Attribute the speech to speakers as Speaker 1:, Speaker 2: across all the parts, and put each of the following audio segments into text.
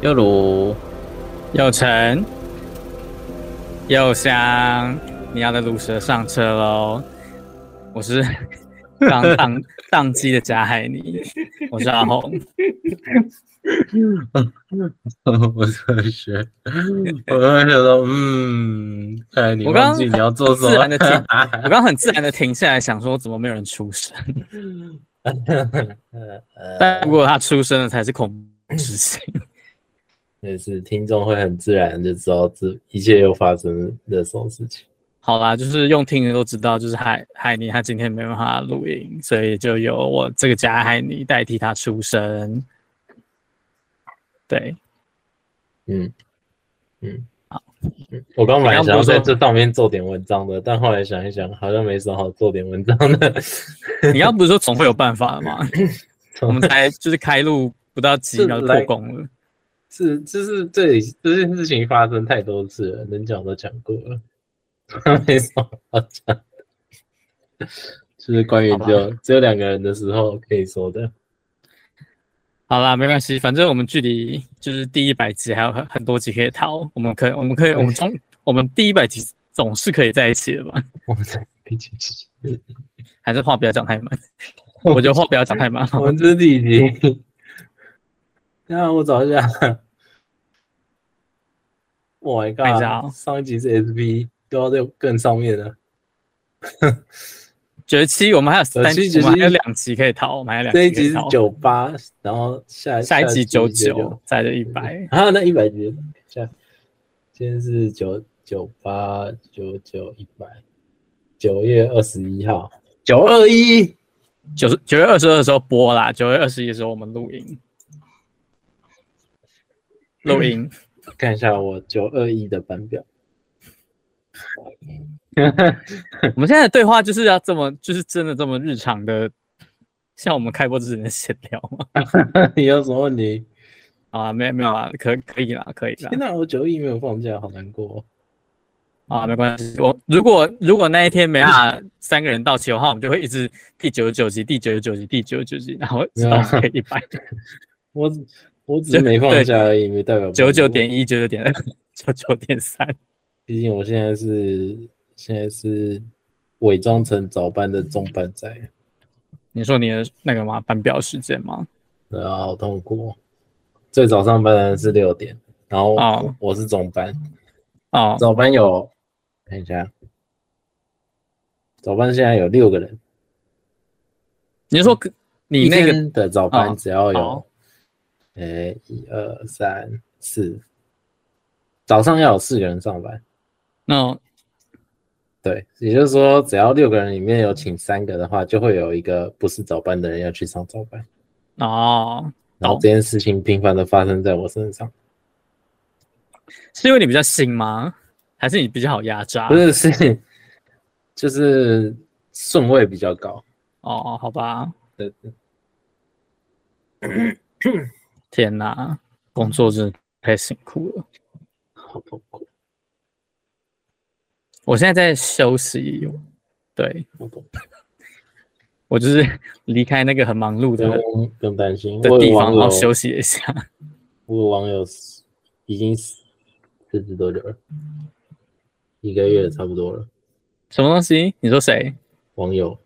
Speaker 1: 又如
Speaker 2: 有成，有香，你要的卤蛇上车喽！我是 刚宕宕机的加海尼，我是阿红。
Speaker 1: 我哲学，我刚才想到，嗯，看来你
Speaker 2: 我刚
Speaker 1: 忘记你要做什
Speaker 2: 自然
Speaker 1: 么
Speaker 2: 的停，我刚很自然的停下来，想说怎么没有人出声？ 但如果他出声了，才是恐怖事情。
Speaker 3: 就是听众会很自然地就知道这一切又发生了什么事情。
Speaker 2: 好啦，就是用听的都知道，就是海海尼他今天没办法录音，所以就由我这个加海尼代替他出声。对，
Speaker 3: 嗯嗯，嗯我刚本来想要在这上面做点文章的，但后来想一想，好像没什么好做点文章的。
Speaker 2: 你刚不是说总会有办法 的吗？我们才就是开录不到几秒就破功了。
Speaker 3: 是，就是这里这件事情发生太多次了，能讲都讲过了， 没什么好讲的。就是关于
Speaker 2: 好吧
Speaker 3: 只有只有两个人的时候可以说 的。
Speaker 2: 好啦，没关系，反正我们距离就是第一百集还有很很多集可以逃，我们可我们可以我们总我们第一百集总是可以在一起的吧？
Speaker 3: 我们在第几集？
Speaker 2: 还是话不要讲太 满，我觉得话不要讲太满。
Speaker 3: 我们这是第几集？ 那我找一下。Oh my
Speaker 2: 看一下哦
Speaker 3: god！上一集是 SP，都要在更上面了。
Speaker 2: 九十七，我们还有三，
Speaker 3: 97
Speaker 2: 我们还有两集可以逃，我们还有两
Speaker 3: 这一
Speaker 2: 集可
Speaker 3: 集
Speaker 2: 以
Speaker 3: 是
Speaker 2: 逃。
Speaker 3: 九八，然后下
Speaker 2: 下一集九
Speaker 3: 九
Speaker 2: 九，再就一百。
Speaker 3: 啊，那一百集，下今天是九九八九九一百，九月二十一号，九二一，
Speaker 2: 九十九月二十二的时候播啦，九月二十一的时候我们录音，录音。
Speaker 3: 看一下我九二一的版表。
Speaker 2: 我们现在的对话就是要这么，就是真的这么日常的，像我们开播之前的闲聊吗？
Speaker 3: 你有什么问题？
Speaker 2: 好啊，没有没有啊，可可以啦，可以啦
Speaker 3: 天。哪，我九一没有放假，好难过、哦。
Speaker 2: 啊，没关系。我如果如果那一天没办法三个人到齐的话，我们就会一直第九十九集、第九十九集、第九十九集，然后直到可以一百
Speaker 3: 我只我只是没放假而已，没代表不
Speaker 2: 九
Speaker 3: 能
Speaker 2: 九
Speaker 3: 过
Speaker 2: 点。一、九九点二、 九九点三。
Speaker 3: 毕竟我现在是现在是伪装成早班的中班仔，
Speaker 2: 你说你的那个吗？班表时间吗？
Speaker 3: 对啊，好痛苦、哦。最早上班的是六点，然后
Speaker 2: 哦
Speaker 3: 我是中班。
Speaker 2: 哦，
Speaker 3: 早班有，看一下，早班现在有六个人。
Speaker 2: 你是说可你
Speaker 3: 一
Speaker 2: 那个
Speaker 3: 天的早班
Speaker 2: 哦
Speaker 3: 只要有
Speaker 2: 好，
Speaker 3: 诶、一二三四，早上要有四个人上班。
Speaker 2: 那
Speaker 3: 对，也就是说，只要六个人里面有请三个的话，就会有一个不是早班的人要去上早班。
Speaker 2: 哦，
Speaker 3: 然后
Speaker 2: 懂
Speaker 3: 这件事情频繁的发生在我身上，
Speaker 2: 是因为你比较新吗？还是你比较好压榨
Speaker 3: 不？是是，就是顺位比较高。
Speaker 2: 哦，好吧，
Speaker 3: 对对
Speaker 2: 天哪，工作真的太辛苦了。
Speaker 3: 好痛苦，
Speaker 2: 我现在在休息，对
Speaker 3: 好痛苦。
Speaker 2: 我就是离开那个很忙碌
Speaker 3: 不
Speaker 2: 的
Speaker 3: 用不用担心，
Speaker 2: 的
Speaker 3: 我有
Speaker 2: 地
Speaker 3: 网
Speaker 2: 方，然后
Speaker 3: 友
Speaker 2: 休息一下。
Speaker 3: 我有网友死已经死辞职多久了？
Speaker 2: 嗯
Speaker 3: 一个月差不多了。
Speaker 2: 什么东西？你说谁？
Speaker 3: 网友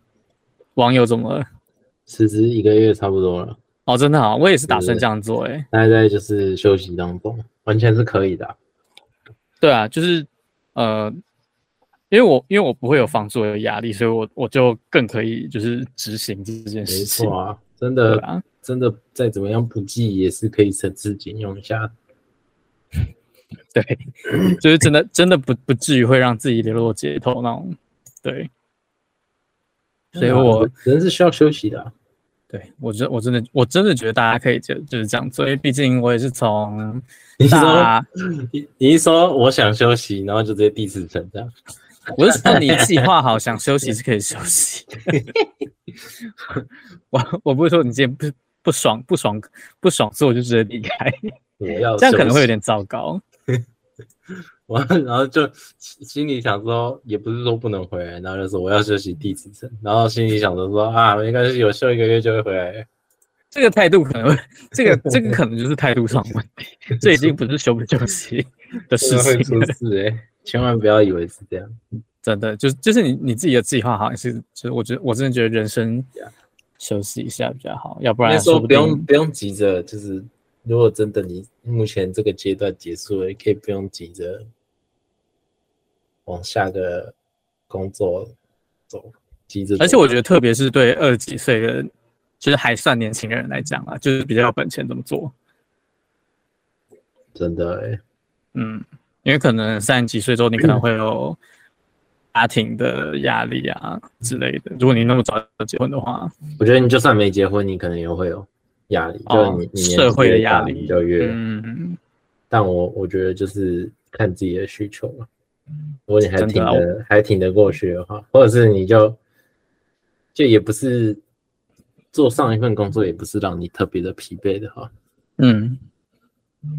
Speaker 2: 网友怎么了？
Speaker 3: 辞职一个月差不多了，
Speaker 2: 哦，真的啊，我也是打算
Speaker 3: 对
Speaker 2: 这样做诶、欸
Speaker 3: 大概就是休息当中，完全是可以的啊、
Speaker 2: 对啊，就是呃，因为我因为我不会有房租的压力，所以我我就更可以就是执行这件
Speaker 3: 没
Speaker 2: 事情
Speaker 3: 错。啊，真
Speaker 2: 对
Speaker 3: 的、
Speaker 2: 啊，
Speaker 3: 真的再怎么样不济也是可以省吃俭用一下。
Speaker 2: 对，就是真的真的不不至于会让自己流落街头那种。对，所以
Speaker 3: 啊
Speaker 2: 我
Speaker 3: 人是需要休息的啊、
Speaker 2: 对我真我真的我真的觉得大家可以就就是这样做，因为毕竟我也是从
Speaker 3: 你说
Speaker 2: 大，
Speaker 3: 你你一说我想休息，然后就直接第四层这样，
Speaker 2: 我是说你计划好想休息是可以休 息。我我不是说你今天不不爽不爽不爽，所以我就直接离开，
Speaker 3: 我要
Speaker 2: 哎这样可能
Speaker 3: 哦休
Speaker 2: 会有
Speaker 3: 息
Speaker 2: 点糟糕。
Speaker 3: 我然后就心心里想说，也不是说不能回来，然后就说我要休息第几层，然后心里想着说啊，没关系，我休一个月就会回来。
Speaker 2: 这个态度可能，这个这个可能就是态度上的问题，这已经不是休不休息的
Speaker 3: 真
Speaker 2: 事
Speaker 3: 的会
Speaker 2: 情
Speaker 3: 出
Speaker 2: 了。
Speaker 3: 事哎、千万不要以为是这样。
Speaker 2: 真的，就是就是你你自己的计划好像是，就是我觉得我真的觉得人生
Speaker 3: Yeah
Speaker 2: 休息一下比较好，要不
Speaker 3: 那
Speaker 2: 然
Speaker 3: 时候
Speaker 2: 说
Speaker 3: 不
Speaker 2: 定
Speaker 3: 用不用急着，就是如果真的你目前这个阶段结束了，也可以不用急着往下个工作走，急着走。
Speaker 2: 而且我觉得，特别是对二十几岁的，就是还算年轻人来讲啊，就是比较有本钱这么做。
Speaker 3: 真的哎、
Speaker 2: 嗯，因为可能三十几岁之后，你可能会有家庭的压力啊之类的。如果你那么早就结婚的话，
Speaker 3: 我觉得你就算没结婚，你可能也会有压力，
Speaker 2: 哦
Speaker 3: 就你你年纪
Speaker 2: 社会的
Speaker 3: 越
Speaker 2: 压
Speaker 3: 大
Speaker 2: 力
Speaker 3: 你就越。
Speaker 2: 嗯，
Speaker 3: 但我我觉得就是看自己的需求了。如果你还
Speaker 2: 真的
Speaker 3: 挺
Speaker 2: 啊
Speaker 3: 得还挺得过去的话，或者是你就就也不是做上一份工作，也不是让你特别的疲惫的话，
Speaker 2: 嗯，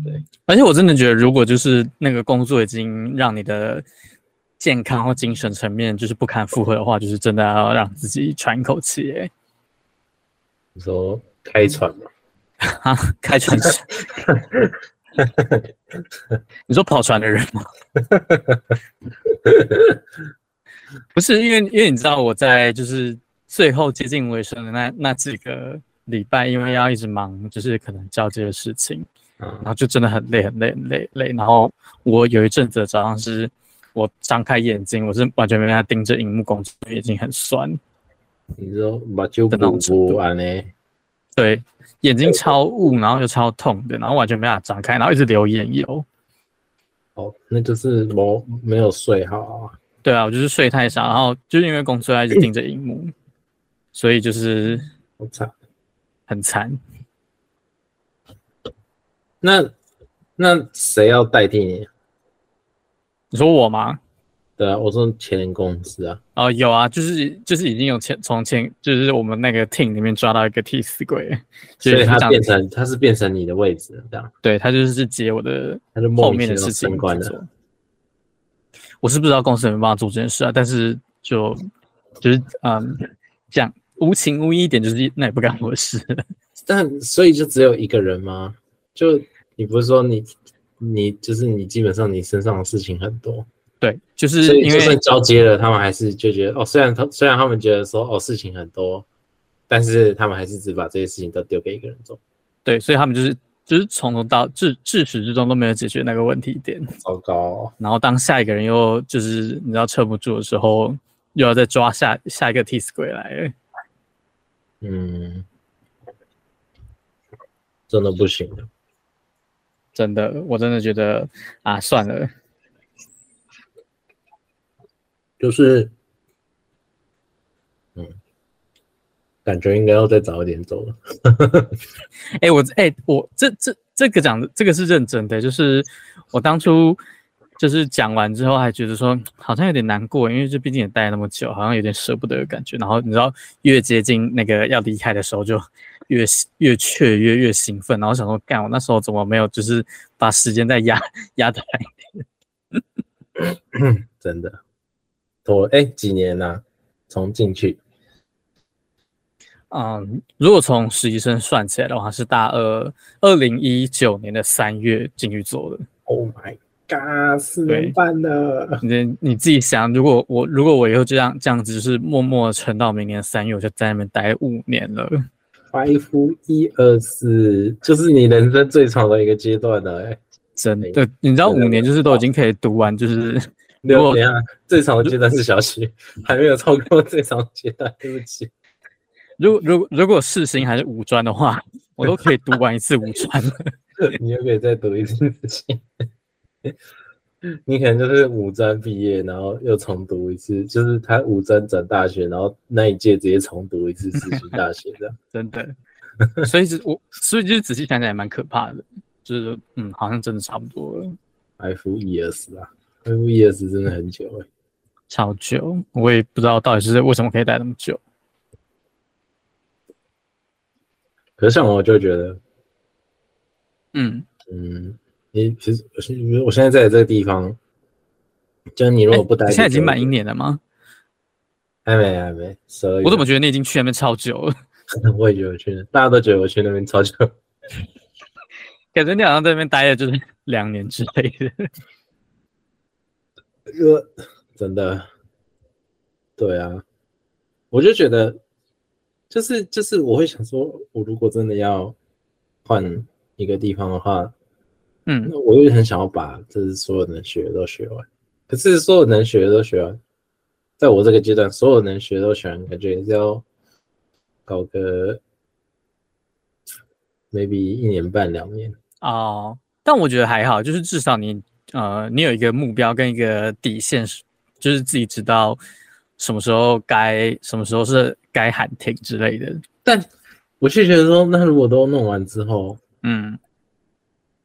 Speaker 3: 对。
Speaker 2: 而且我真的觉得，如果就是那个工作已经让你的健康或精神层面就是不堪负荷的话，就是真的要让自己喘一口气、欸，
Speaker 3: 你说开船嘛，
Speaker 2: 哈，开船是你说跑船的人吗？不是，因为因为你知道我在就是最后接近尾声的那那几个礼拜，因为要一直忙，就是可能交接的事情，然
Speaker 3: 嗯，
Speaker 2: 后就真的很累很累很累很累。然后我有一阵子的早上是，我张开眼睛，我是完全没办法盯着荧幕工作，眼睛很酸，
Speaker 3: 你说把酒
Speaker 2: 的那
Speaker 3: 补
Speaker 2: 种程
Speaker 3: 补
Speaker 2: 度
Speaker 3: 完呢，
Speaker 2: 对，眼睛超雾，然后又超痛的，然后完全没办法张开，然后一直流眼油。
Speaker 3: 哦，那就是没没有睡好啊，
Speaker 2: 对啊，我就是睡太少，然后就是因为工作要一直盯着荧幕，所以就是
Speaker 3: 我操，
Speaker 2: 很惨。
Speaker 3: 那那谁要代替你？
Speaker 2: 你说我吗？
Speaker 3: 对啊，我说前公司啊，
Speaker 2: 哦、有啊，就是就是已经有前从前就是我们那个 team 里面抓到一个替死鬼，就
Speaker 3: 所以
Speaker 2: 是
Speaker 3: 他
Speaker 2: 这样
Speaker 3: 变成他是变成你的位置了，这样
Speaker 2: 对他就是接我的
Speaker 3: 他就莫
Speaker 2: 后
Speaker 3: 名
Speaker 2: 面
Speaker 3: 其
Speaker 2: 的
Speaker 3: 妙
Speaker 2: 事情
Speaker 3: 升官
Speaker 2: 去
Speaker 3: 了。
Speaker 2: 做。我是不知道公司有没有办法做这件事啊，但是就就是嗯，讲无情无义一点，就是那也不干我的事。
Speaker 3: 但所以就只有一个人吗？就你不是说你你就是你基本上你身上的事情很多，
Speaker 2: 对，就
Speaker 3: 所
Speaker 2: 是
Speaker 3: 以
Speaker 2: 因
Speaker 3: 就
Speaker 2: 为
Speaker 3: 算交接了，他们还是就觉得哦，虽然他虽然他们觉得说哦事情很多，但是他们还是只把这些事情都丢给一个人做，
Speaker 2: 对，所以他们就是就是从头到至至始至终都没有解决那个问题点。
Speaker 3: 糟糕哦、
Speaker 2: 然后当下一个人又就是你知道撑不住的时候，又要再抓下下一个替死鬼来了。
Speaker 3: 嗯，真的不行了。
Speaker 2: 真的，我真的觉得啊，算了，
Speaker 3: 就是，嗯，感觉应该要再早一点走了。
Speaker 2: 哎、我哎、我这这这个讲的这个是认真的，就是我当初就是讲完之后还觉得说好像有点难过，因为这毕竟也待了那么久，好像有点舍不得的感觉。然后你知道，越接近那个要离开的时候，就越越雀跃越兴奋。然后想说，干我那时候怎么没有就是把时间再压压在
Speaker 3: 真的，我哎、几年啦、从进去
Speaker 2: 嗯，如果从实习生算起来的话，是大二二零一九年的三月进去做的。
Speaker 3: ，Oh my god，四
Speaker 2: 对
Speaker 3: 年半了，
Speaker 2: 你你自己想，如果我如果我以后这样这样子，就是默默地撑到明年三月，我就在那边待五年了。
Speaker 3: 怀夫一二四，就是你人生最长的一个阶段了、哎，
Speaker 2: 真的，你知道五年就是都已经可以读完，就是如
Speaker 3: 六
Speaker 2: 果
Speaker 3: 年啊，最长的阶段是小 学，还没有超过最长的阶段，对不起，
Speaker 2: 如果如果如果世新还是五专的话，我都可以读完一次五专了。
Speaker 3: 你又可以再读一次自己。你可能就是五专毕业，然后又重读一次，就是他五专转大学，然后那一届直接重读一次世新大学这样。
Speaker 2: 真的。所以是我，所以就是仔细想想也蛮可怕的，就是嗯，好像真的差不多了，
Speaker 3: F 一二十啊，F 一二十真的很久哎、
Speaker 2: 超久，我也不知道到底是为什么可以待那么久。
Speaker 3: 可是像我就觉得，
Speaker 2: 嗯，
Speaker 3: 嗯，你其实我现我现在在的这个地方，就是你如
Speaker 2: 哎
Speaker 3: 果不待、
Speaker 2: 你现在已经满一，年了吗？
Speaker 3: 还没还没，十二月，
Speaker 2: 我怎么觉得你已经去那边超久了？
Speaker 3: 我也觉得我去那，大家都觉得我去那边超久。
Speaker 2: 感觉你好像在那边待了就是两年之类的。
Speaker 3: 呃，真的，对啊，我就觉得，就是就是，我会想说，我如果真的要换一个地方的话，
Speaker 2: 嗯，
Speaker 3: 那我就很想要把就是所有能学的都学完。可是所有能学的都学完，在我这个阶段，所有能学的都学完，感觉也是要搞个 maybe 一年半两年。
Speaker 2: 哦，但我觉得还好，就是至少你呃，你有一个目标跟一个底线是，就是自己知道什么时候该，什么时候是该喊停之类的。
Speaker 3: 但我却觉得说，那如果都弄完之后，
Speaker 2: 嗯，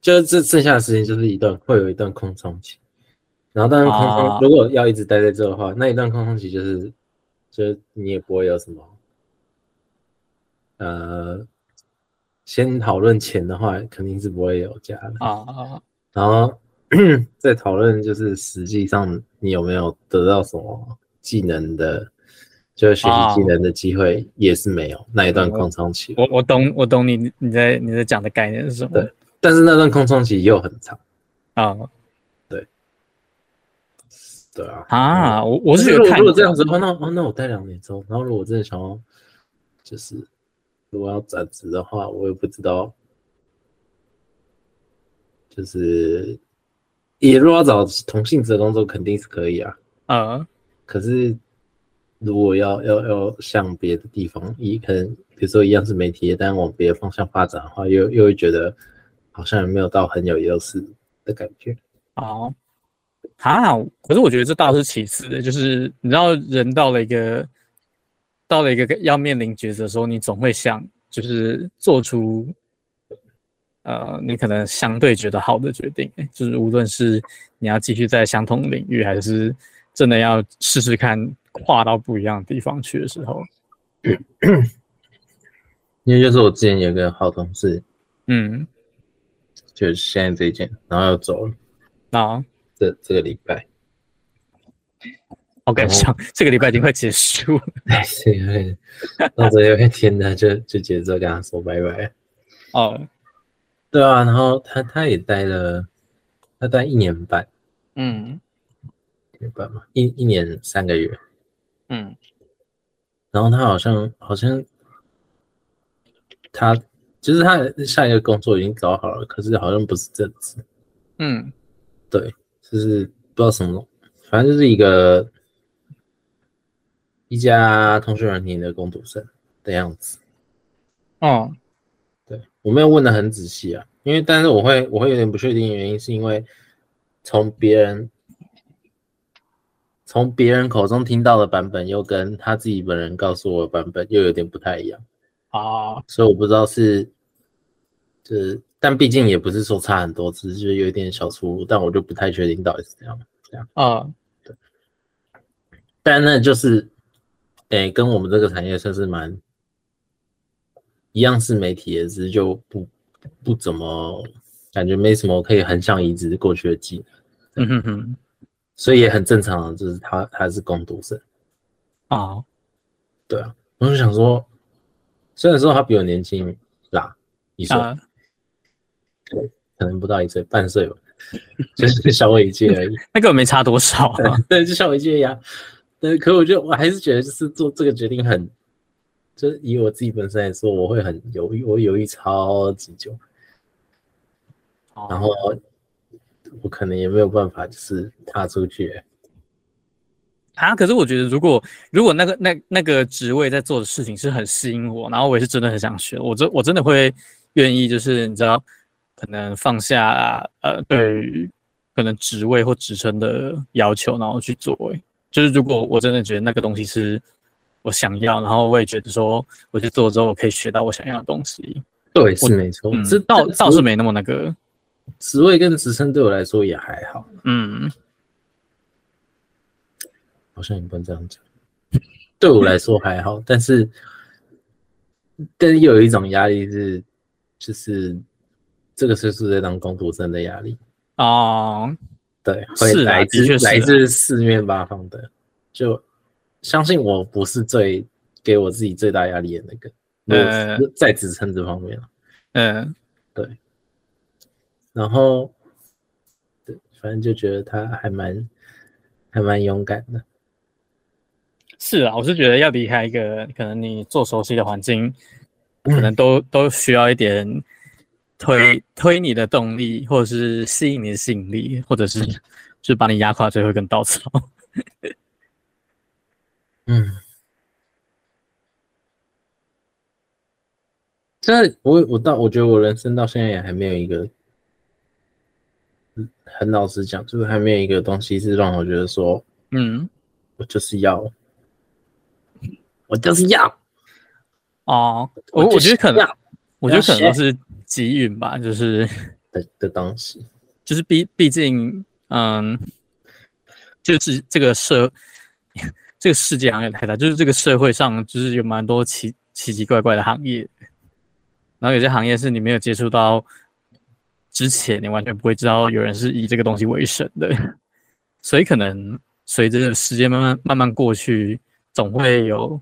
Speaker 3: 就是这剩下的时间就是一段会有一段空窗期，然后当然空窗、
Speaker 2: 哦
Speaker 3: 如果要一直待在这的话，那一段空窗期就是就是你也不会有什么，呃，先讨论钱的话肯定是不会有价的，
Speaker 2: 啊、哦，
Speaker 3: 然后 再讨论就是实际上你有没有得到什么技能的，就是学习技
Speaker 2: 哦
Speaker 3: 能的机会也是没有那一段空窗期，
Speaker 2: 我我懂，我懂你你在你在讲的概念是什么
Speaker 3: 对但是那段空窗期又很长，
Speaker 2: 啊、
Speaker 3: 对啊，
Speaker 2: 啊！我我
Speaker 3: 可
Speaker 2: 是
Speaker 3: 是
Speaker 2: 觉
Speaker 3: 如
Speaker 2: 得
Speaker 3: 果
Speaker 2: 看
Speaker 3: 如果这样子的话，那哦那我待两年之后，然后如果真的想要，就是如果要转职的话，我也不知道，就是也如果要找同性质的工作，肯定是可以啊。
Speaker 2: 呃
Speaker 3: 可是如果要要要向别的地方，一可能比如说一样是媒体业，但往别的方向发展的话，又又会觉得好像也没有到很有优势的感觉。
Speaker 2: 哦啊！可是我觉得这倒是其次的，就是你知道人到了一个到了一个要面临抉择的时候，你总会想就是做出呃你可能相对觉得好的决定，欸就是无论是你要继续在相同领域，还是真的要试试看跨到不一样的地方去的时候，
Speaker 3: 因为就是我之前有个好同事，
Speaker 2: 嗯，
Speaker 3: 就是现在这一件，然后要走了，
Speaker 2: 那
Speaker 3: 这这个礼 拜，
Speaker 2: 好感伤，这个礼拜已经快结束了
Speaker 3: 哎，是有 点，到最后一天呢，就就结束跟他说拜拜。
Speaker 2: 哦，
Speaker 3: 对啊，然后他他也待了，他待一年半，
Speaker 2: 嗯
Speaker 3: 一年半嘛，一一年三个月，
Speaker 2: 嗯
Speaker 3: 然后他好像好像，他就是他的下一个工作已经找好了，可是好像不是正职，
Speaker 2: 嗯。
Speaker 3: 对，就是不知道什么，反正就是一个一家通讯软体的工读生的样子。
Speaker 2: 哦，
Speaker 3: 对，我没有问的很仔细啊，因为但是我会我会有点不确定，的原因是因为从别人从别人口中听到的版本，又跟他自己本人告诉我的版本又有点不太一样，
Speaker 2: 哦，
Speaker 3: 所以我不知道是就是，但毕竟也不是说差很多，只是就是有一点小出入，但我就不太确定到底是怎样。
Speaker 2: 呃，
Speaker 3: 但那就是，诶、跟我们这个产业算是蛮一样，是媒体也是就不不怎么感觉没什么可以横向移植过去的技能，
Speaker 2: 嗯哼哼，
Speaker 3: 所以也很正常，啊就是他他是攻读生，
Speaker 2: 哦，
Speaker 3: 对啊，我就想说，虽然说他比我年轻啦一岁，
Speaker 2: 啊，
Speaker 3: 可能不到一岁，半岁吧， 就是小我一届而已，
Speaker 2: 那根本没差多少啊，
Speaker 3: 对，就像我一届一样。对，可我就我还是觉得，就是做这个决定很，就是以我自己本身来说，我会很犹豫，我会犹豫超级久，
Speaker 2: 哦
Speaker 3: 然后我可能也没有办法，就是踏出去。
Speaker 2: 啊，可是我觉得如果如果那个那那个职位在做的事情是很吸引我，然后我也是真的很想学，我真我真的会愿意，就是你知道，可能放下呃对于可能职位或职称的要求，然后去做、欸。就是如果我真的觉得那个东西是我想要，然后我也觉得说我去做之后我可以学到我想要的东西，
Speaker 3: 对，是没错。
Speaker 2: 嗯
Speaker 3: 这，
Speaker 2: 倒
Speaker 3: 这
Speaker 2: 倒
Speaker 3: 职
Speaker 2: 是没那么那个，
Speaker 3: 职位跟职称对我来说也还好，
Speaker 2: 嗯
Speaker 3: 好像也不能这样讲。对我来说还好，但是，但是又有一种压力是，就是这个岁数在当工读生的压力。
Speaker 2: 哦。
Speaker 3: 对，
Speaker 2: 是
Speaker 3: 会
Speaker 2: 啊
Speaker 3: 来
Speaker 2: 的
Speaker 3: 自
Speaker 2: 确是啊
Speaker 3: 来自四面八方的，就相信我不是最给我自己最大压力的那个，
Speaker 2: 呃
Speaker 3: 就是在职称这方面啊。
Speaker 2: 嗯，
Speaker 3: 然后，对，反正就觉得他还蛮还蛮勇敢的。
Speaker 2: 是啊，我是觉得要离开一个可能你做熟悉的环境，可
Speaker 3: 嗯
Speaker 2: 能都都需要一点推推你的动力，或者是吸引你的吸引力，或者是 就是把你压垮最后一根稻草。
Speaker 3: 嗯，这我我到我觉得我人生到现在也还没有一个，嗯很老实讲，就是还没有一个东西是让我觉得说
Speaker 2: 嗯，
Speaker 3: 我就是要，我就是要，
Speaker 2: 哦，我
Speaker 3: 就
Speaker 2: 我觉得
Speaker 3: 是
Speaker 2: 可能
Speaker 3: 要
Speaker 2: 我觉得可能
Speaker 3: 要
Speaker 2: 都是机运吧，就是
Speaker 3: 的的东西。
Speaker 2: 就是毕毕竟，嗯，就是这个社， 这个世界好像有点太大，就是这个社会上就是有蛮多奇奇奇怪怪的行业，然后有些行业是你没有接触到之前，你完全不会知道有人是以这个东西为生的，所以可能随着时间慢慢慢慢过去，总会有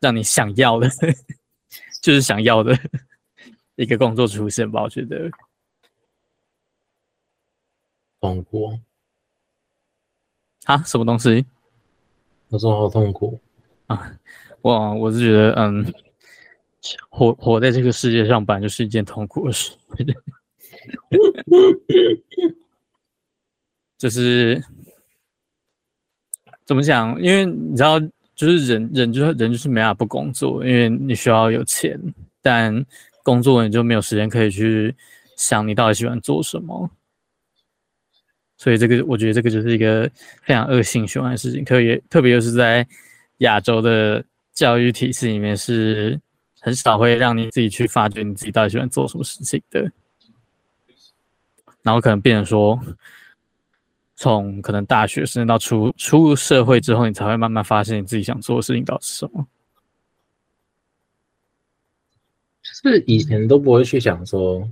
Speaker 2: 让你想要的， 就是想要的 一个工作出现吧，我觉得。
Speaker 3: 痛苦，
Speaker 2: 啊，什么东西？
Speaker 3: 我说好痛苦。
Speaker 2: 我我是觉得，嗯，活活在这个世界上本来就是一件痛苦的事， 就是怎么讲？因为你知道，就是人人就是人就是没办法不工作，因为你需要有钱，但工作你就没有时间可以去想你到底喜欢做什么。所以这个我觉得这个就是一个非常恶性循环的事情，特别特别又是在亚洲的教育体系里面，是很少会让你自己去发掘你自己到底喜欢做什么事情的。然后可能变成说，从可能大学甚至到出出入社会之后，你才会慢慢发现你自己想做的事情到底是什么。
Speaker 3: 就是以前都不会去想说，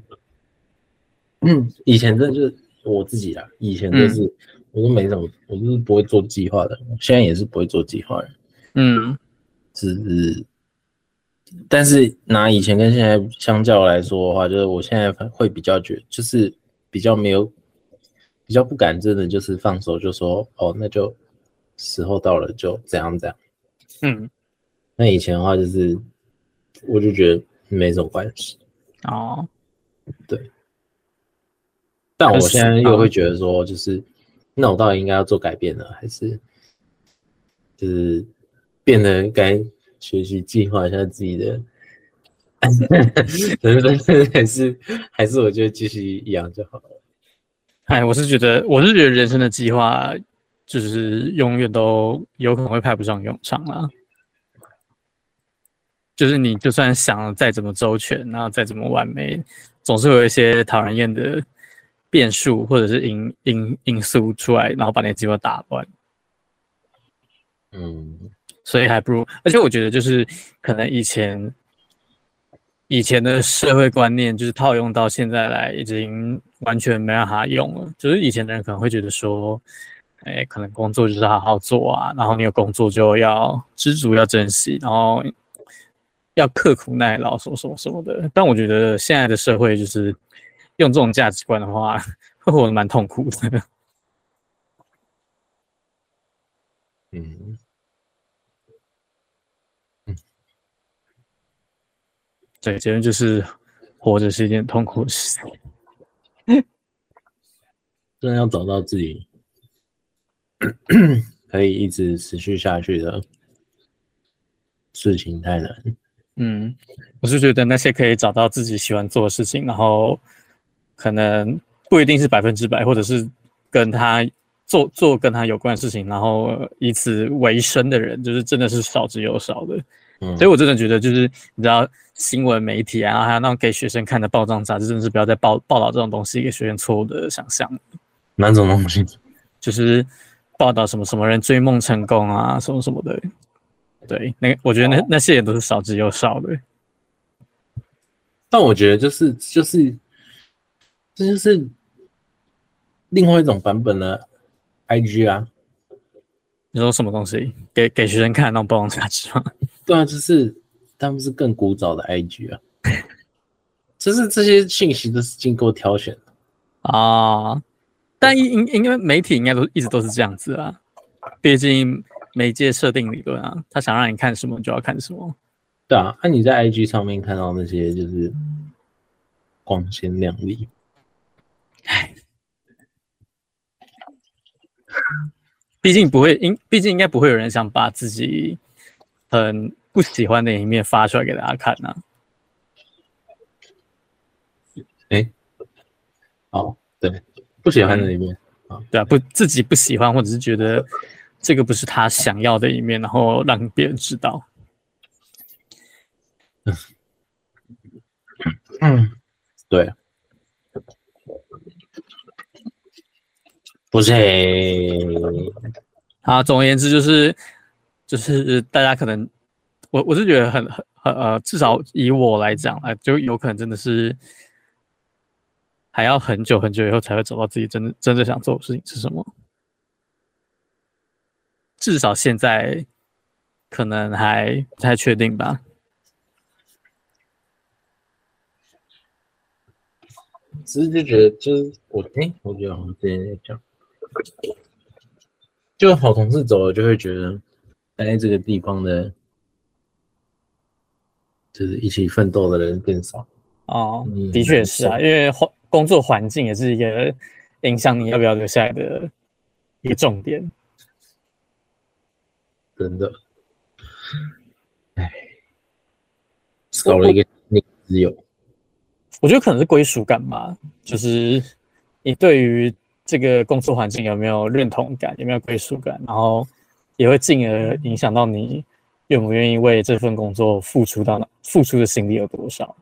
Speaker 3: 嗯，以前真的就是我自己啦，以前就是、
Speaker 2: 嗯
Speaker 3: 我都没怎么，我就是不会做计划的人，我现在也是不会做计划的人，
Speaker 2: 嗯
Speaker 3: 只是，但是拿以前跟现在相较来说的话，就是我现在会比较觉，就是比较没有，比较不敢真的就是放手就说哦，那就时候到了就怎样怎样。
Speaker 2: 嗯，
Speaker 3: 那以前的话就是，我就觉得没什么关系。
Speaker 2: 哦，
Speaker 3: 但我
Speaker 2: 可是
Speaker 3: 现在
Speaker 2: 啊
Speaker 3: 又会觉得说，就是那我到底应该要做改变呢，还是就是变得该学习计划一下自己的 人生，还是还是我就继续一样就好了。
Speaker 2: 哎，我是觉得，我是觉得人生的计划就是永远都有可能会派不上用场啦。就是你就算想得再怎么周全，然后再怎么完美，总是会有一些讨人厌的变数或者是因因因素出来，然后把你的计划打乱。
Speaker 3: 嗯，
Speaker 2: 所以还不如，而且我觉得就是可能以前以前的社会观念，就是套用到现在来，已经完全没办法用了。就是以前的人可能会觉得说，哎，可能工作就是好好做啊，然后你有工作就要知足，要珍惜，然后要刻苦耐劳，什么什么什么的。但我觉得现在的社会就是用这种价值观的话， 会活得蛮痛苦的。
Speaker 3: 嗯，
Speaker 2: 对，结论就是活着是一件痛苦的事情。
Speaker 3: 真的要找到自己 可以一直持续下去的事情太难。
Speaker 2: 嗯，我是觉得那些可以找到自己喜欢做的事情，然后可能不一定是百分之百，或者是跟他做做跟他有关的事情，然后呃以此为生的人，就是真的是少之又少的。
Speaker 3: 嗯，
Speaker 2: 所以我真的觉得，就是你知道新闻媒体啊，然后还有那种给学生看的报章杂志，真的是不要再报报道这种东西，给学生错误的想象。
Speaker 3: 哪种东西？
Speaker 2: 就是报道什么什么人追梦成功啊，什么什么的。对，那个我觉得那那些也都是少之又少的。
Speaker 3: 但我觉得就是就是，这就是另外一种版本的 IG 啊，
Speaker 2: 你说什么东西？给给学生看那种包装杂志吗？
Speaker 3: 对啊，就是但不是更古早的 IG 啊，就是这些信息都是经过挑选的。
Speaker 2: 啊，但应应因为媒体应该都一直都是这样子啦，毕竟媒介设定理论啊，他想让你看什么就要看什么。
Speaker 3: 对啊，那、你在 IG 上面看到那些就是光鲜亮丽，
Speaker 2: 毕竟不会，应毕竟应该不会有人想把自己很不喜欢的一面发出来给大家看啊呐、
Speaker 3: 哦，对，不喜欢的里面，
Speaker 2: 对啊，不自己不喜欢或者是觉得这个不是他想要的一面，然后让别人知道。
Speaker 3: 嗯， 对，不是，
Speaker 2: 啊，总而言之就是就是大家可能，我我是觉得很很很呃，至少以我来讲啊、就有可能真的是还要很久很久以后才会找到自己真的真正想做的事情是什么。至少现在可能还不太确定吧。
Speaker 3: 只是就觉得就是我，哎、我觉得好像之前也讲，就好同事走了，就会觉得待在这个地方的，就是一起奋斗的人变少。
Speaker 2: 哦，
Speaker 3: 嗯
Speaker 2: 的确是啊，因为环工作环境也是一个影响你要不要留下来的一个重点。
Speaker 3: 真的，哎，少了一个你只有
Speaker 2: 我觉得可能是归属感吧，就是你对于这个工作环境有没有认同感，有没有归属感，然后也会进而影响到你愿不愿意为这份工作付出到哪，付出的心力有多少。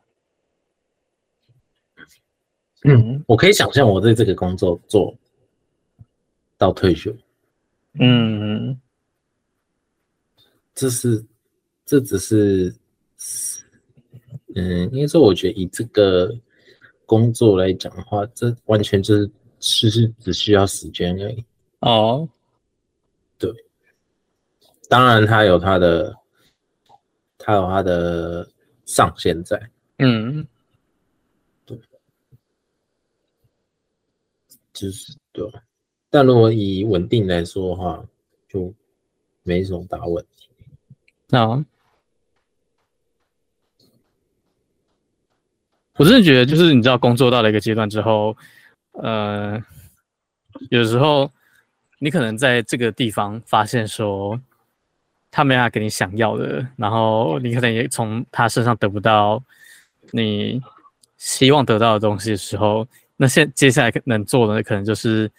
Speaker 3: 嗯，我可以想象我对这个工作做到退休，
Speaker 2: 嗯，
Speaker 3: 这是这只是，嗯，应该说我觉得以这个工作来讲的话，这完全就是只是只需要时间而已。
Speaker 2: 哦，
Speaker 3: 当然，它有它的，它有它的上限在。
Speaker 2: 嗯，
Speaker 3: 就是对啊，但如果以稳定来说的话，就没什么大问题。
Speaker 2: 那、我真的觉得，就是你知道，工作到了一个阶段之后，呃，有时候你可能在这个地方发现说，他没办法给你想要的，然后你可能也从他身上得不到你希望得到的东西的时候，那现接下来能做的可能就是，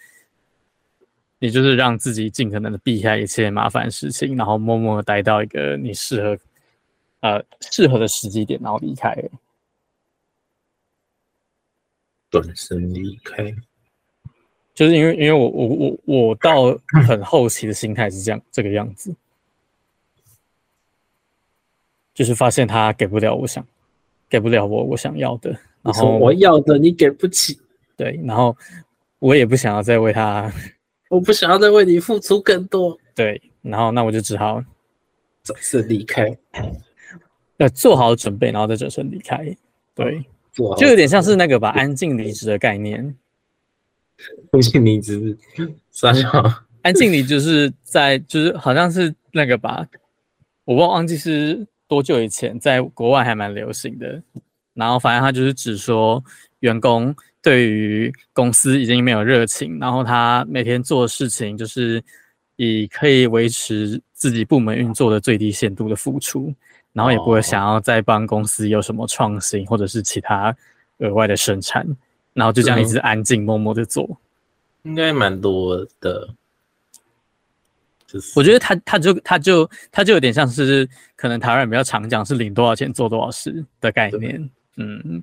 Speaker 2: 你就是让自己尽可能的避开一切麻烦事情，然后默默的待到一个你适合，呃，适合的时机点，然后离开。
Speaker 3: 转身离开，
Speaker 2: 就是因为因为我我我我到很后期的心态是这样这个样子，就是发现他给不了我想，给不了我我想要的，
Speaker 3: 你
Speaker 2: 然
Speaker 3: 说
Speaker 2: 后
Speaker 3: 我要的你给不起，
Speaker 2: 对，然后我也不想要再为他
Speaker 3: 我不想要再为你付出更多，
Speaker 2: 对，然后那我就只好
Speaker 3: 转身离开。
Speaker 2: 呃做好准备，然后再转身离开。对，
Speaker 3: 做好
Speaker 2: 就有点像是那个吧，安静离职的概念。
Speaker 3: 不信你只是傻笑，
Speaker 2: 安静离就是在就是好像是那个吧，我忘忘记是多久以前，在国外还蛮流行的。然后反正他就是指说，员工对于公司已经没有热情，然后他每天做的事情就是以可以维持自己部门运作的最低限度的付出，然后也不会想要再帮公司有什么创新或者是其他额外的生产，然后就这样一直安静默默的做。
Speaker 3: 应该蛮多的。就是
Speaker 2: 我觉得他他就他就他就有点像是可能台湾人比较常讲是领多少钱做多少事的概念，嗯，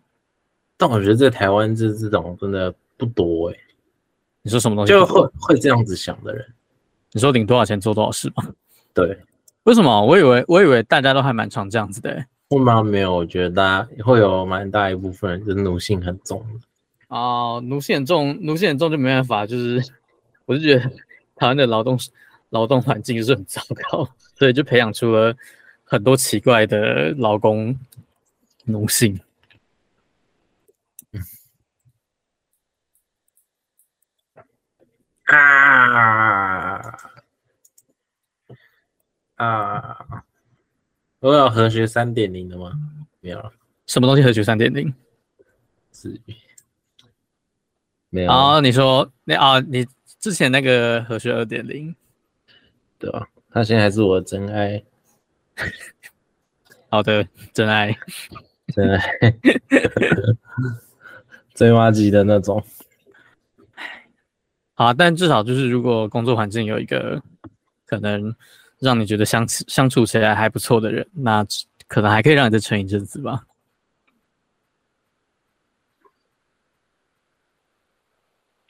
Speaker 3: 但我觉得在台湾这这种真的不多哎、
Speaker 2: 你说什么东西？
Speaker 3: 就会会这样子想的人，
Speaker 2: 你说领多少钱做多少事吗？
Speaker 3: 对，
Speaker 2: 为什么？我以为我以为大家都还蛮常这样子的欸、
Speaker 3: 会吗？没有，我觉得大家会有蛮大一部分人就是奴性很重的。
Speaker 2: 哦，奴性很重，奴性很重就没办法，就是我就觉得台湾的劳动劳动环境就是很糟糕，所以就培养出了很多奇怪的劳工奴性。
Speaker 1: 啊啊！
Speaker 3: 我有和学三点零的吗？没有了，啊
Speaker 2: 什么东西和学三点零？
Speaker 3: 至于没有
Speaker 2: 啊，你说那啊，你之前那个和学二点零，
Speaker 3: 对吧？他现在还是我的真爱，
Speaker 2: 好的，真爱，
Speaker 3: 真爱， 真挖机的那种。
Speaker 2: 好啊，但至少就是如果工作环境有一个可能让你觉得相相处起来还不错的人，那可能还可以让你再撑一阵子吧。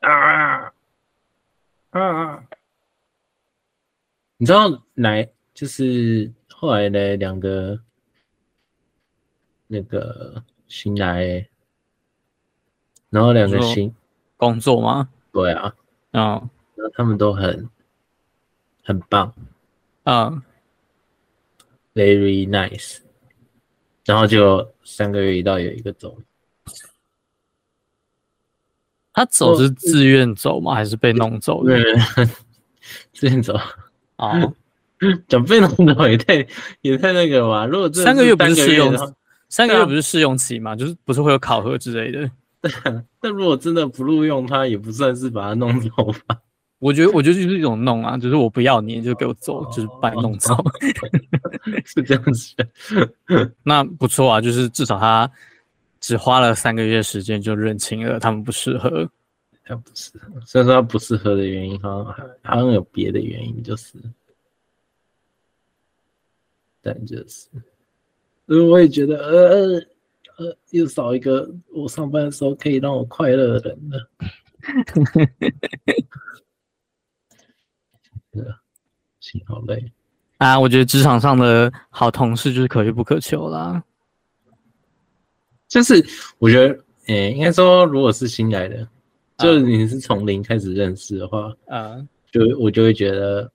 Speaker 1: 啊啊！
Speaker 3: 你知道来就是后来的两个那个新来，然后两个
Speaker 2: 你说
Speaker 3: 新
Speaker 2: 工作吗？
Speaker 3: 对啊，
Speaker 2: 嗯
Speaker 3: 然后他们都很很棒
Speaker 2: 嗯，
Speaker 3: ，very nice，然后就三个月一到有一个走，
Speaker 2: 他走是自愿走吗？还是被弄走 的？
Speaker 3: 对，之前走
Speaker 2: 哦，
Speaker 3: 讲被弄走也太也太那个吧，如果真的
Speaker 2: 三个月不是试用
Speaker 3: 的话，
Speaker 2: 三个
Speaker 3: 对
Speaker 2: 月
Speaker 3: 啊
Speaker 2: 不是试用期嘛，就是不是会有考核之类的。
Speaker 3: 但如果真的不录用他，也不算是把他弄走吧，
Speaker 2: 我觉得，我觉得就是一种弄啊，就是我不要你，就给我走，哦就是把你弄走。
Speaker 3: 是这样子的。
Speaker 2: 那不错啊，就是至少他只花了三个月时间就认清了他们不适合。
Speaker 3: 他不适合，虽然说他不适合的原因，好像还好像有别的原因，就是，但就是，所以我也觉得，呃呃，又少一个我上班的时候可以让我快乐的人 了。是啊，心好累。
Speaker 2: 啊，我觉得职场上的好同事就是可遇不可求啦。
Speaker 3: 就是我觉得，诶、应该说，如果是新来的，就是
Speaker 2: 嗯
Speaker 3: 你是从零开始认识的话，
Speaker 2: 呃，
Speaker 3: 就我就会觉得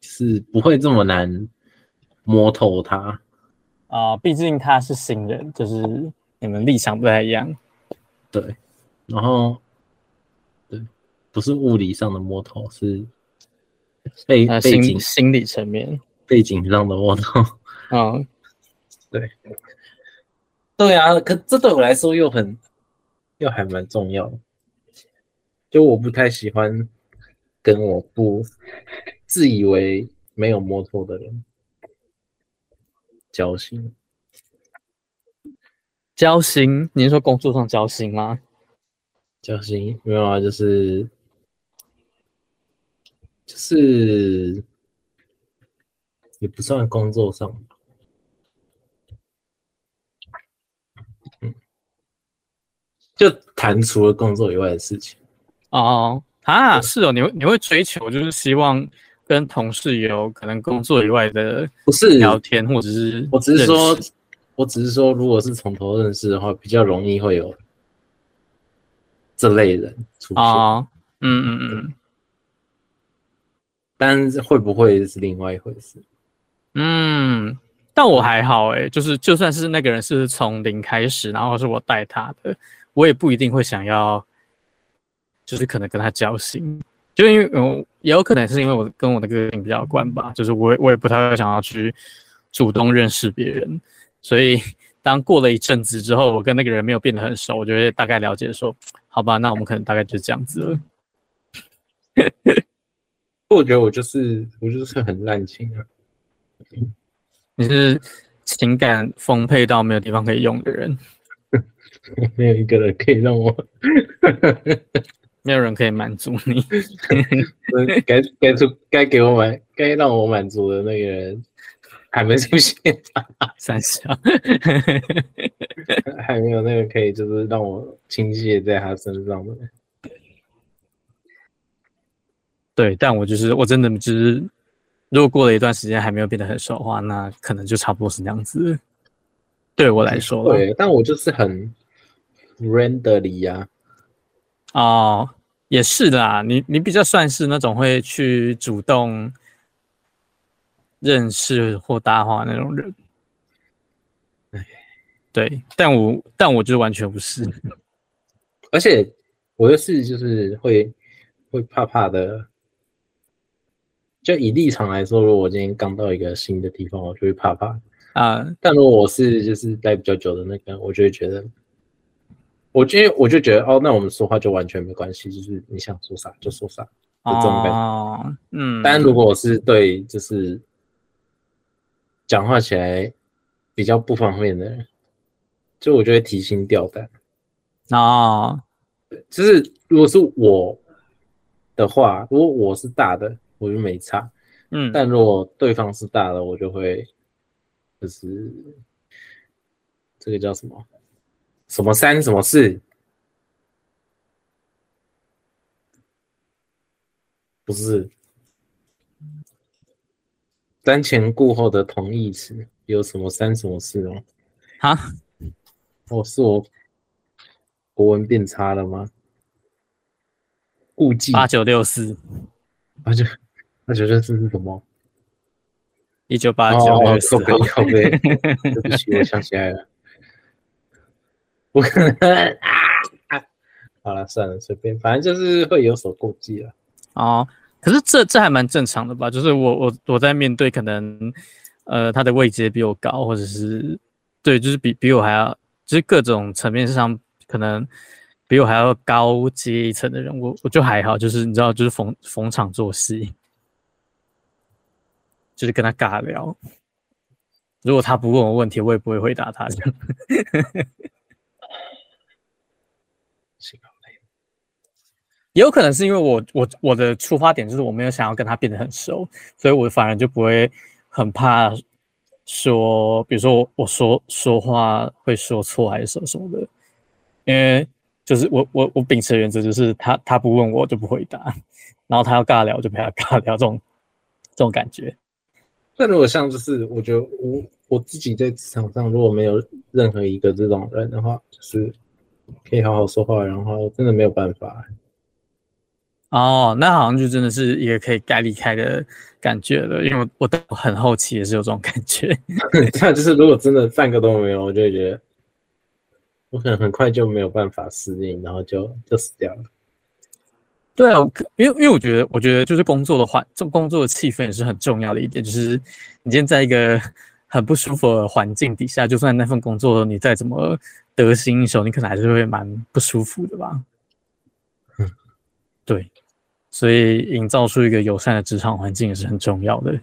Speaker 3: 是不会这么难摸透它。
Speaker 2: 啊，毕竟他是新人，就是你们立场不太一样。
Speaker 3: 对，然后对，不是物理上的摸透，是背
Speaker 2: 呃，
Speaker 3: 背
Speaker 2: 心
Speaker 3: 景
Speaker 2: 心理层面，
Speaker 3: 背景上的摸透。
Speaker 2: 嗯，
Speaker 3: 对啊，可这对我来说又很又还蛮重要的。就我不太喜欢跟我不自以为没有摸透的人交心。
Speaker 2: 交心，你是说工作上交心吗？
Speaker 3: 交心没有啊，就是就是也不算工作上吧，嗯就谈除了工作以外的事情。
Speaker 2: 哦，啊，是哦，你会你会追求，就是希望跟同事有可能工作以外的
Speaker 3: 不是，
Speaker 2: 聊天，或者是
Speaker 3: 我只是说
Speaker 2: 认识，
Speaker 3: 我只是说，如果是从头认识的话，比较容易会有这类人出现，
Speaker 2: 哦，嗯嗯
Speaker 3: 但是会不会是另外一回事？
Speaker 2: 嗯嗯，但我还好诶、就是就算是那个人是从零开始，然后是我带他的，我也不一定会想要，就是可能跟他交心，就因为嗯，也有可能是因为我跟我的个性比较有关吧，就是我也我也不太会想要去主动认识别人，所以当过了一阵子之后，我跟那个人没有变得很熟，我就会大概了解说，好吧，那我们可能大概就这样子了。
Speaker 3: 我觉得我就是我就是很滥情啊。
Speaker 2: 你是情感丰沛到没有地方可以用的人，
Speaker 3: 没有一个人可以 让我
Speaker 2: 没有人可以满足你。
Speaker 3: 该该出该给我满该让我满足的那个人还没出现，
Speaker 2: 三啊小，
Speaker 3: 还没有那个可以就是让我倾泻在他身上的。
Speaker 2: 对，但我就是我真的就是，如果过了一段时间还没有变得很熟的话，那可能就差不多是那样子。对我来说了，
Speaker 3: 对，但我就是很啊 randomly 呀、
Speaker 2: 哦，也啊是啦，你你比较算是那种会去主动认识或搭话那种人。
Speaker 3: 哎
Speaker 2: 对，但我但我就是完全不是，
Speaker 3: 而且我的事就是会会怕怕的。就以立场来说，如果我今天刚到一个新的地方，我就会怕怕。
Speaker 2: 啊、
Speaker 3: 但如果我是就是待比较久的那个，我就会觉得，我就我就觉得哦，那我们说话就完全没关系，就是你想说啥就说啥。这种感觉
Speaker 2: 哦，嗯，
Speaker 3: 但如果我是对就是讲话起来比较不方便的人，就我就会提心吊胆。
Speaker 2: 哦，
Speaker 3: 就是如果是我的话，如果我是大的，我就没差；
Speaker 2: 嗯，
Speaker 3: 但如果对方是大的，我就会就是这个叫什么什么三什么四，不是瞻前顾后的同义词，有什么三什么四吗？
Speaker 2: 啊，
Speaker 3: 我、哦是我国文变差了吗？顾忌
Speaker 2: 八九六四，
Speaker 3: 而且而且这是什么？
Speaker 2: 一九八九
Speaker 3: 哦，
Speaker 2: 六四
Speaker 3: 受，不了呗！ 对不起，我想起来了，我可能啊，好了，算了，随便，反正就是会有所顾忌了。
Speaker 2: 哦，可是这这还蛮正常的吧？就是我我我在面对可能，呃，他的位阶比我高，或者是对，就是比比我还要，就是各种层面上可能比我还要高阶一层的人，我我就还好，就是你知道，就是逢逢场作戏，就是跟他尬聊。如果他不问我问题，我也不会回答他这样。
Speaker 3: 行吧
Speaker 2: 也有可能是因为我我我的出发点就是我没有想要跟他变得很熟，所以我反而就不会很怕说，比如说我我说说话会说错还是什么什么的，因为就是我我我秉持的原则就是他他不问我就不回答，然后他要尬聊我就陪他尬聊这种这种感觉，
Speaker 3: 但如果像就是，我觉得我我自己在职场上如果没有任何一个这种人的话，就是可以好好说话，然后真的没有办法。
Speaker 2: 哦，那好像就真的是一个可以该离开的感觉了，因为我我到很后期也是有这种感觉，
Speaker 3: 这样就是如果真的半个都没有，我就会觉得我可能很快就没有办法适应，然后就就死掉了。
Speaker 2: 对啊，我可因为因为我觉得，我觉得就是工作的环，这工作的气氛也是很重要的一点，就是你今天在一个 很不舒服的环境底下，就算那份工作你再怎么得心应手，你可能还是会蛮不舒服的吧。
Speaker 3: 嗯，
Speaker 2: 对，所以营造出一个友善的职场环境也是很重要的。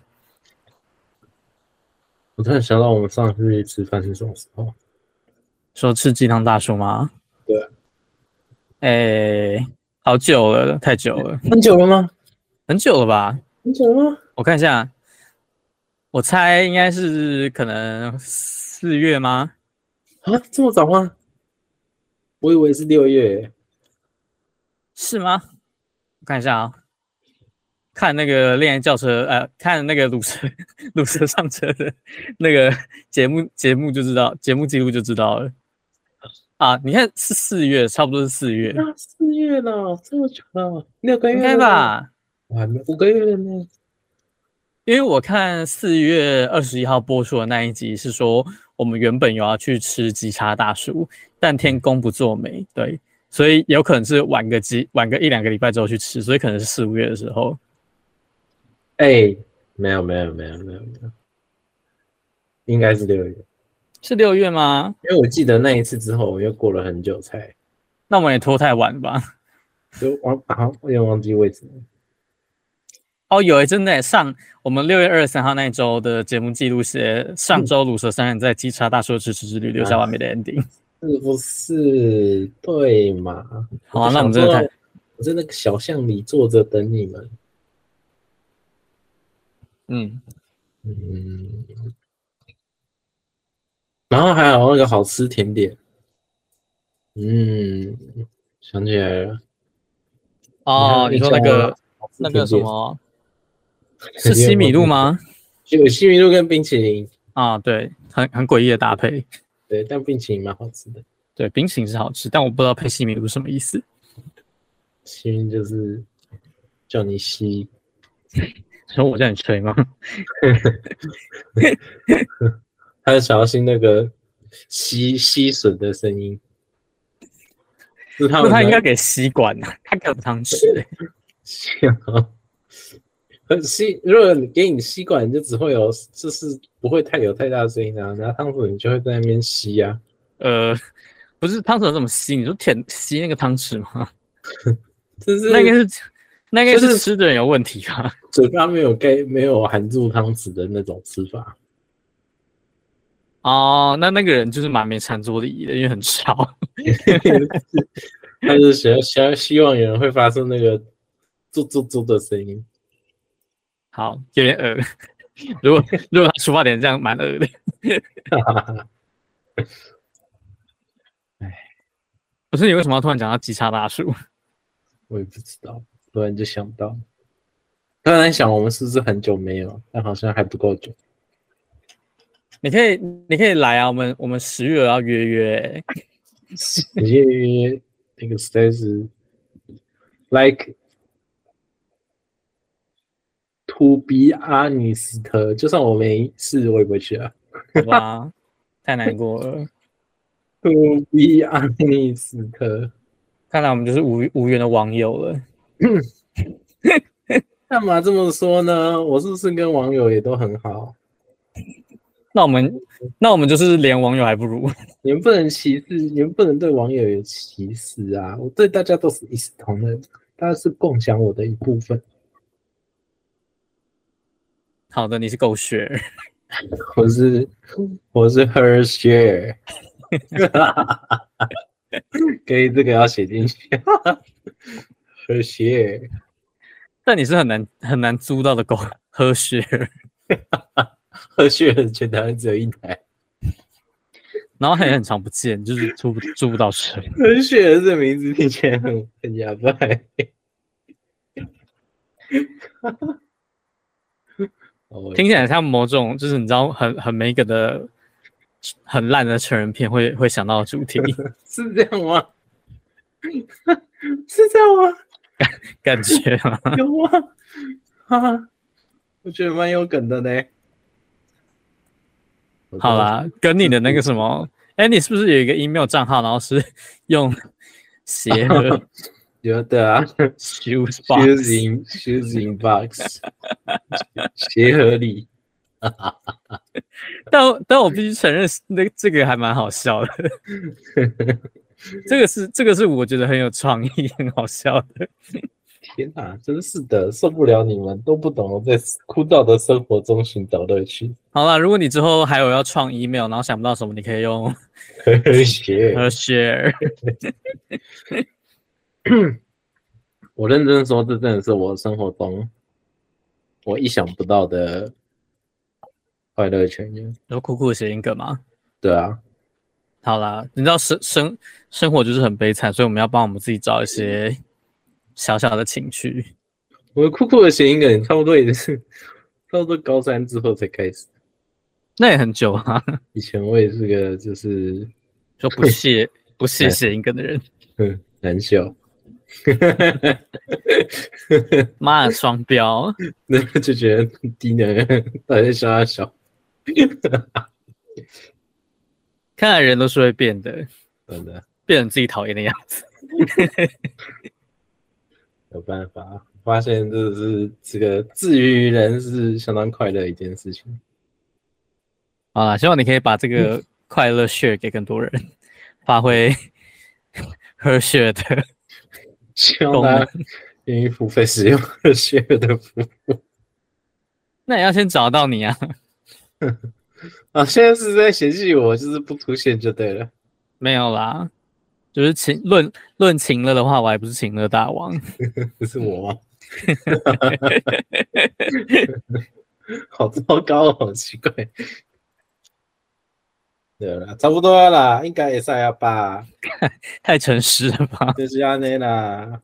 Speaker 3: 我突然想到我们上次去吃饭是什么时候？
Speaker 2: 说吃鸡汤大叔吗？
Speaker 3: 对。
Speaker 2: 哎，好久了，太久了，
Speaker 3: 很久了吗？
Speaker 2: 很久了吧？
Speaker 3: 很久了吗？
Speaker 2: 我看一下，我猜应该是可能四月吗？
Speaker 3: 啊，这么早吗？我以为是六月。
Speaker 2: 是吗？我看一下啊、看那个恋爱轿车，呃，看那个鲁蛇鲁蛇上车的那个节目节目就知道，节目记录就知道了。啊，你看是四月，差不多是四月，
Speaker 3: 啊，四月了，这么久了，六个月
Speaker 2: 应该
Speaker 3: 了？
Speaker 2: 吧？
Speaker 3: 我还没五个月了呢。
Speaker 2: 因为我看四月二十一号播出的那一集是说，我们原本有要去吃吉叉大叔，但天公不作美，对，所以有可能是晚个几晚个一两个礼拜之后去吃，所以可能是四五月的时候。
Speaker 3: 哎、没有没有没有没有没有，应该是六月，
Speaker 2: 是六月吗？
Speaker 3: 因为我记得那一次之后，我又过了很久才，
Speaker 2: 那我们也拖太晚了吧？
Speaker 3: 就忘啊，我有点忘记位置了。
Speaker 2: 哦，有诶，真的耶上我们六月二十三号那一周的节目记录写，上周鲁蛇三人在吉叉大叔的支持之旅留下完美的 ending。
Speaker 3: 是不是对嘛？
Speaker 2: 好啊
Speaker 3: 就
Speaker 2: 那我们
Speaker 3: 想
Speaker 2: 真的
Speaker 3: 说
Speaker 2: 太
Speaker 3: 我在那个小巷里坐着等你们。
Speaker 2: 嗯，
Speaker 3: 嗯，然后还有那个好吃甜点，嗯，想起来了，
Speaker 2: 哦，你
Speaker 3: 你
Speaker 2: 说
Speaker 3: 看
Speaker 2: 那个
Speaker 3: 好吃
Speaker 2: 那个
Speaker 3: 甜
Speaker 2: 什
Speaker 3: 点，
Speaker 2: 么，是西米露吗？
Speaker 3: 有西米露跟冰淇淋，
Speaker 2: 啊，对，很很诡异的搭配。
Speaker 3: 对，但冰淇淋蛮好吃的，
Speaker 2: 对，冰淇淋是好吃，但我不知道配西米露什么意 思。
Speaker 3: 西米就是叫你吸，
Speaker 2: 说我叫你吹 吗？
Speaker 3: 他想要听那个吸吸吮的声音，是他
Speaker 2: 那
Speaker 3: 们
Speaker 2: 他应该
Speaker 3: 的
Speaker 2: 给吸管啊， 他更常吃、欸
Speaker 3: 很吸，如果你给你吸管，你就只会有，就是不会太有太大的声音啊。然后汤匙你就会在那边吸啊，
Speaker 2: 呃，不是汤匙有怎么吸？你说舔吸那个汤匙吗？
Speaker 3: 就是
Speaker 2: 那应 该是那应该
Speaker 3: 就是
Speaker 2: 是吃的人有问题吧？
Speaker 3: 嘴巴没有盖，没有含住汤匙的那种吃法。
Speaker 2: 哦，那那个人就是蛮没餐桌礼仪的，因为很吵。
Speaker 3: 他就是想要想要希望有人会发出那个“啾啾啾”的声音。
Speaker 2: 好，有点恶。 如果如果他出发点这样，蛮恶的。可是你为什么要突然讲到吉叉大叔？
Speaker 3: 我也不知道，突然就想到，突然想我们是不是很久没有？但好像还不够久。
Speaker 2: 你可以你可以来啊，我们我们十月要约约欸、
Speaker 3: 你约约那个实在是，like to be honest，就算我没事，我也不会去啊。
Speaker 2: 好 吧，太难过了。
Speaker 3: To be honest，
Speaker 2: 看来我们就是无无缘的网友了。
Speaker 3: 干嘛这么说呢？我是不是跟网友也都很好？
Speaker 2: 那我们那我们就是连网友还不如。
Speaker 3: 你们不能歧视，你们不能对网友有歧视啊！我对大家都是一视同仁，大家是共享我的一部分。
Speaker 2: 好的，你是狗血。
Speaker 3: 我是我是 her share，可以这个要写进去 her share，
Speaker 2: 但你是很难很难租到的狗喝血，
Speaker 3: her share 全台湾只有一台
Speaker 2: 然后也很常不见，就是租不租不到车。
Speaker 3: ，her share 这名字听起来很很牙白，哦
Speaker 2: 听起来像某种就是你知道很很没梗的、很烂的成人片会会想到的主题。
Speaker 3: 是这样吗？ 是这样吗？
Speaker 2: 感觉啊，
Speaker 3: 有吗？啊，我觉得蛮有梗的呢。
Speaker 2: 好啦，跟你的那个什么，哎、你是不是有一个 email 账号，然后是用 鞋盒
Speaker 3: 有的 啊
Speaker 2: shoes
Speaker 3: ，shoes
Speaker 2: box？
Speaker 3: in shoes in box，鞋盒里。
Speaker 2: 但我但我必须承认，那这个还蛮好笑的。这个是这个是我觉得很有创意、 很好笑的。
Speaker 3: 天哪、真是的，受不了你们都不懂得在枯燥的生活中寻找乐趣。
Speaker 2: 好啦，如果你之后还有要创 email，然后想不到什么，你可以用
Speaker 3: 鞋，
Speaker 2: 和 share。
Speaker 3: 我认真说，这真的是我生活中我意想不到的快乐泉源。
Speaker 2: 然后酷酷的谐音梗吗？
Speaker 3: 对啊，
Speaker 2: 好啦，你知道生生生活就是很悲惨，所以我们要帮我们自己找一些小小的情趣。
Speaker 3: 我酷酷的谐音梗差不多也是差不多高三之后才开始。
Speaker 2: 那也很久啊，
Speaker 3: 以前我也是个就是
Speaker 2: 说不屑不屑谐音梗的人，
Speaker 3: 嗯难笑，
Speaker 2: 妈的双标。
Speaker 3: 那就觉得低能到底在笑他笑，
Speaker 2: 看来人都是会变的，
Speaker 3: 真的
Speaker 2: 变成自己讨厌的样子。
Speaker 3: 有办法。发现这是这个自娱于人是相当快乐的一件事情。
Speaker 2: 好啊啦，希望你可以把这个快乐 share 给更多人，发挥 her share 的。
Speaker 3: 希望大家愿意付费使用热血的服务
Speaker 2: 那也要先找到你啊。
Speaker 3: 啊！现在是在嫌弃我，就是不出现就对了。
Speaker 2: 没有啦，就是情论论情乐的话，我还不是情乐大王。
Speaker 3: 不是我吗？ 好糟糕哦，好奇怪。对啦，差不多啦，应该也是要吧，
Speaker 2: 太诚实了吧？
Speaker 3: 就是安内啦。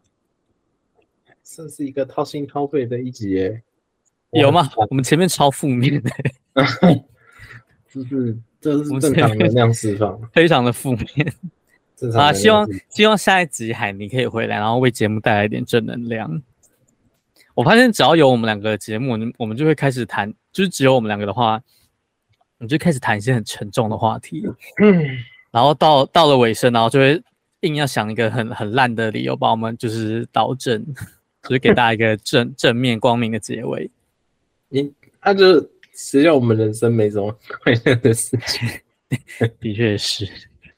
Speaker 3: 算是一个掏心掏肺的一集耶，
Speaker 2: 有吗？我们前面超负面的，
Speaker 3: 就是这是正常能量释放，
Speaker 2: 非常的负面
Speaker 3: 正常
Speaker 2: 啊！
Speaker 3: 能量释
Speaker 2: 希
Speaker 3: 放
Speaker 2: 望希望下一集海尼可以回来，然后为节目带来一点正能量。我发现只要有我们两个的节目，我们就会开始谈，就是只有我们两个的话，我们就开始谈一些很沉重的话题，然后到到了尾声，然后就会硬要想一个很很烂的理由把我们就是导正， 就是给大家一个正 正面光明的结尾。
Speaker 3: 你那、啊就谁叫我们人生没什么快乐的事情？
Speaker 2: 的确是，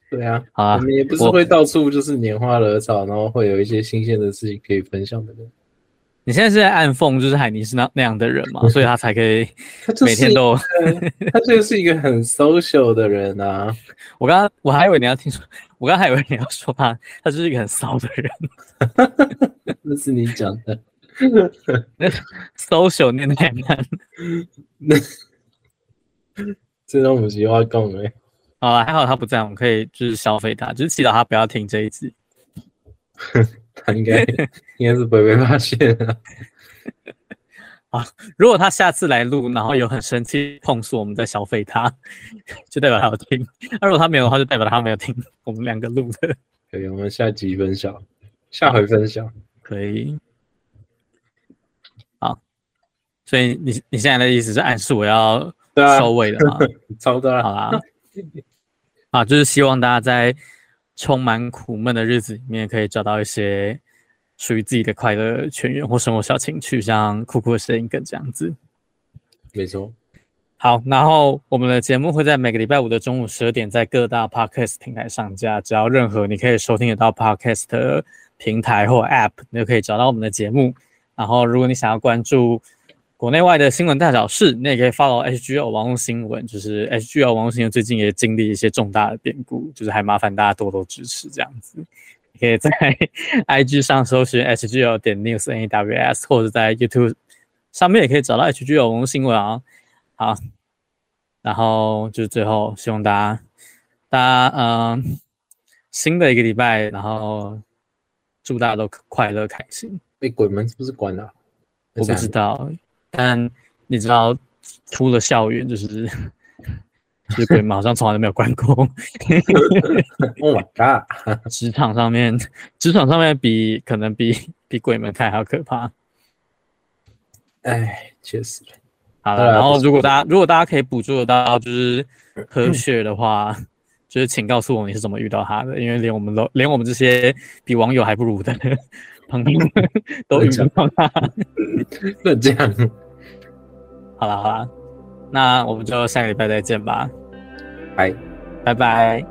Speaker 3: 对啊，
Speaker 2: 好
Speaker 3: 我
Speaker 2: 啊，
Speaker 3: 们也不是
Speaker 2: 我
Speaker 3: 会到处就是拈花惹草，然后会有一些新鲜的事情可以分享的人。
Speaker 2: 你现在是在暗讽就是海尼是那那样的人 嘛，所以他才可以
Speaker 3: 他就是
Speaker 2: 每天都。
Speaker 3: 一个他就是一个很 social 的人啊，
Speaker 2: 我刚刚我还以为你要听说， 我刚刚还以为你要说他他就是一个很骚的人
Speaker 3: 那是你讲的。
Speaker 2: ，social 念太难。
Speaker 3: 这种不是话讲的，
Speaker 2: 好啊了，还好他不在，我们可以就是消费他，就是祈祷他不要听这一集。
Speaker 3: 他 应该应该是不会被发现啊。
Speaker 2: 如果他下次来录，然后有很生气控诉我们在消费他， 就代表他有听；那如果他没有的话，就代表他没有听我们两个录的。
Speaker 3: 可以，我们下集分享，下回分享。
Speaker 2: 可以。好，所以你你现在的意思是暗示我要
Speaker 3: 对啊，
Speaker 2: 收尾了吗？
Speaker 3: 超的
Speaker 2: 好
Speaker 3: 啦，
Speaker 2: 啦，啊，就是希望大家在充满苦闷的日子里面，可以找到一些属于自己的快乐泉源或生活小情趣，像酷酷的声音梗这样子。
Speaker 3: 没错，
Speaker 2: 好，然后我们的节目会在每个礼拜五的中午十二点在各大 podcast 平台上架，只要任何你可以收听得到 podcast 的平台或 app，你就可以找到我们的节目。然后，如果你想要关注国内外的新闻大小事，你也可以 follow HGL 网络新闻，就是 HGL 网络新闻最近也经历一些重大的变故，就是还麻烦大家多多支持这样子。你可以在 IG 上搜寻 HGL 点 news naws，或者在 YouTube 上面也可以找到 HGL 网络新闻啊。好，然后就是最后希望大家，大家嗯、新的一个礼拜，然后祝大家都快乐开心。
Speaker 3: 被鬼门是不是关了、
Speaker 2: 我不知道，但你知道，出了校园就是 就是鬼门好像从来都没有关过。
Speaker 3: Oh my god！
Speaker 2: 职场上面，职场上面比可能比比鬼门开还要可怕。
Speaker 3: 哎，确实，
Speaker 2: 好
Speaker 3: 对
Speaker 2: 了，
Speaker 3: 啊
Speaker 2: 然后
Speaker 3: 不
Speaker 2: 如果大家如果大家可以捕捉得到就是科学的话，
Speaker 3: 嗯
Speaker 2: 就是请告诉我你是怎么遇到他的，因为连我们都连我们这些比网友还不如的 朋友 们都遇不到他。
Speaker 3: 那这样，
Speaker 2: 好了好了，那我们就下个礼拜再见吧，
Speaker 3: 拜。
Speaker 2: 拜拜。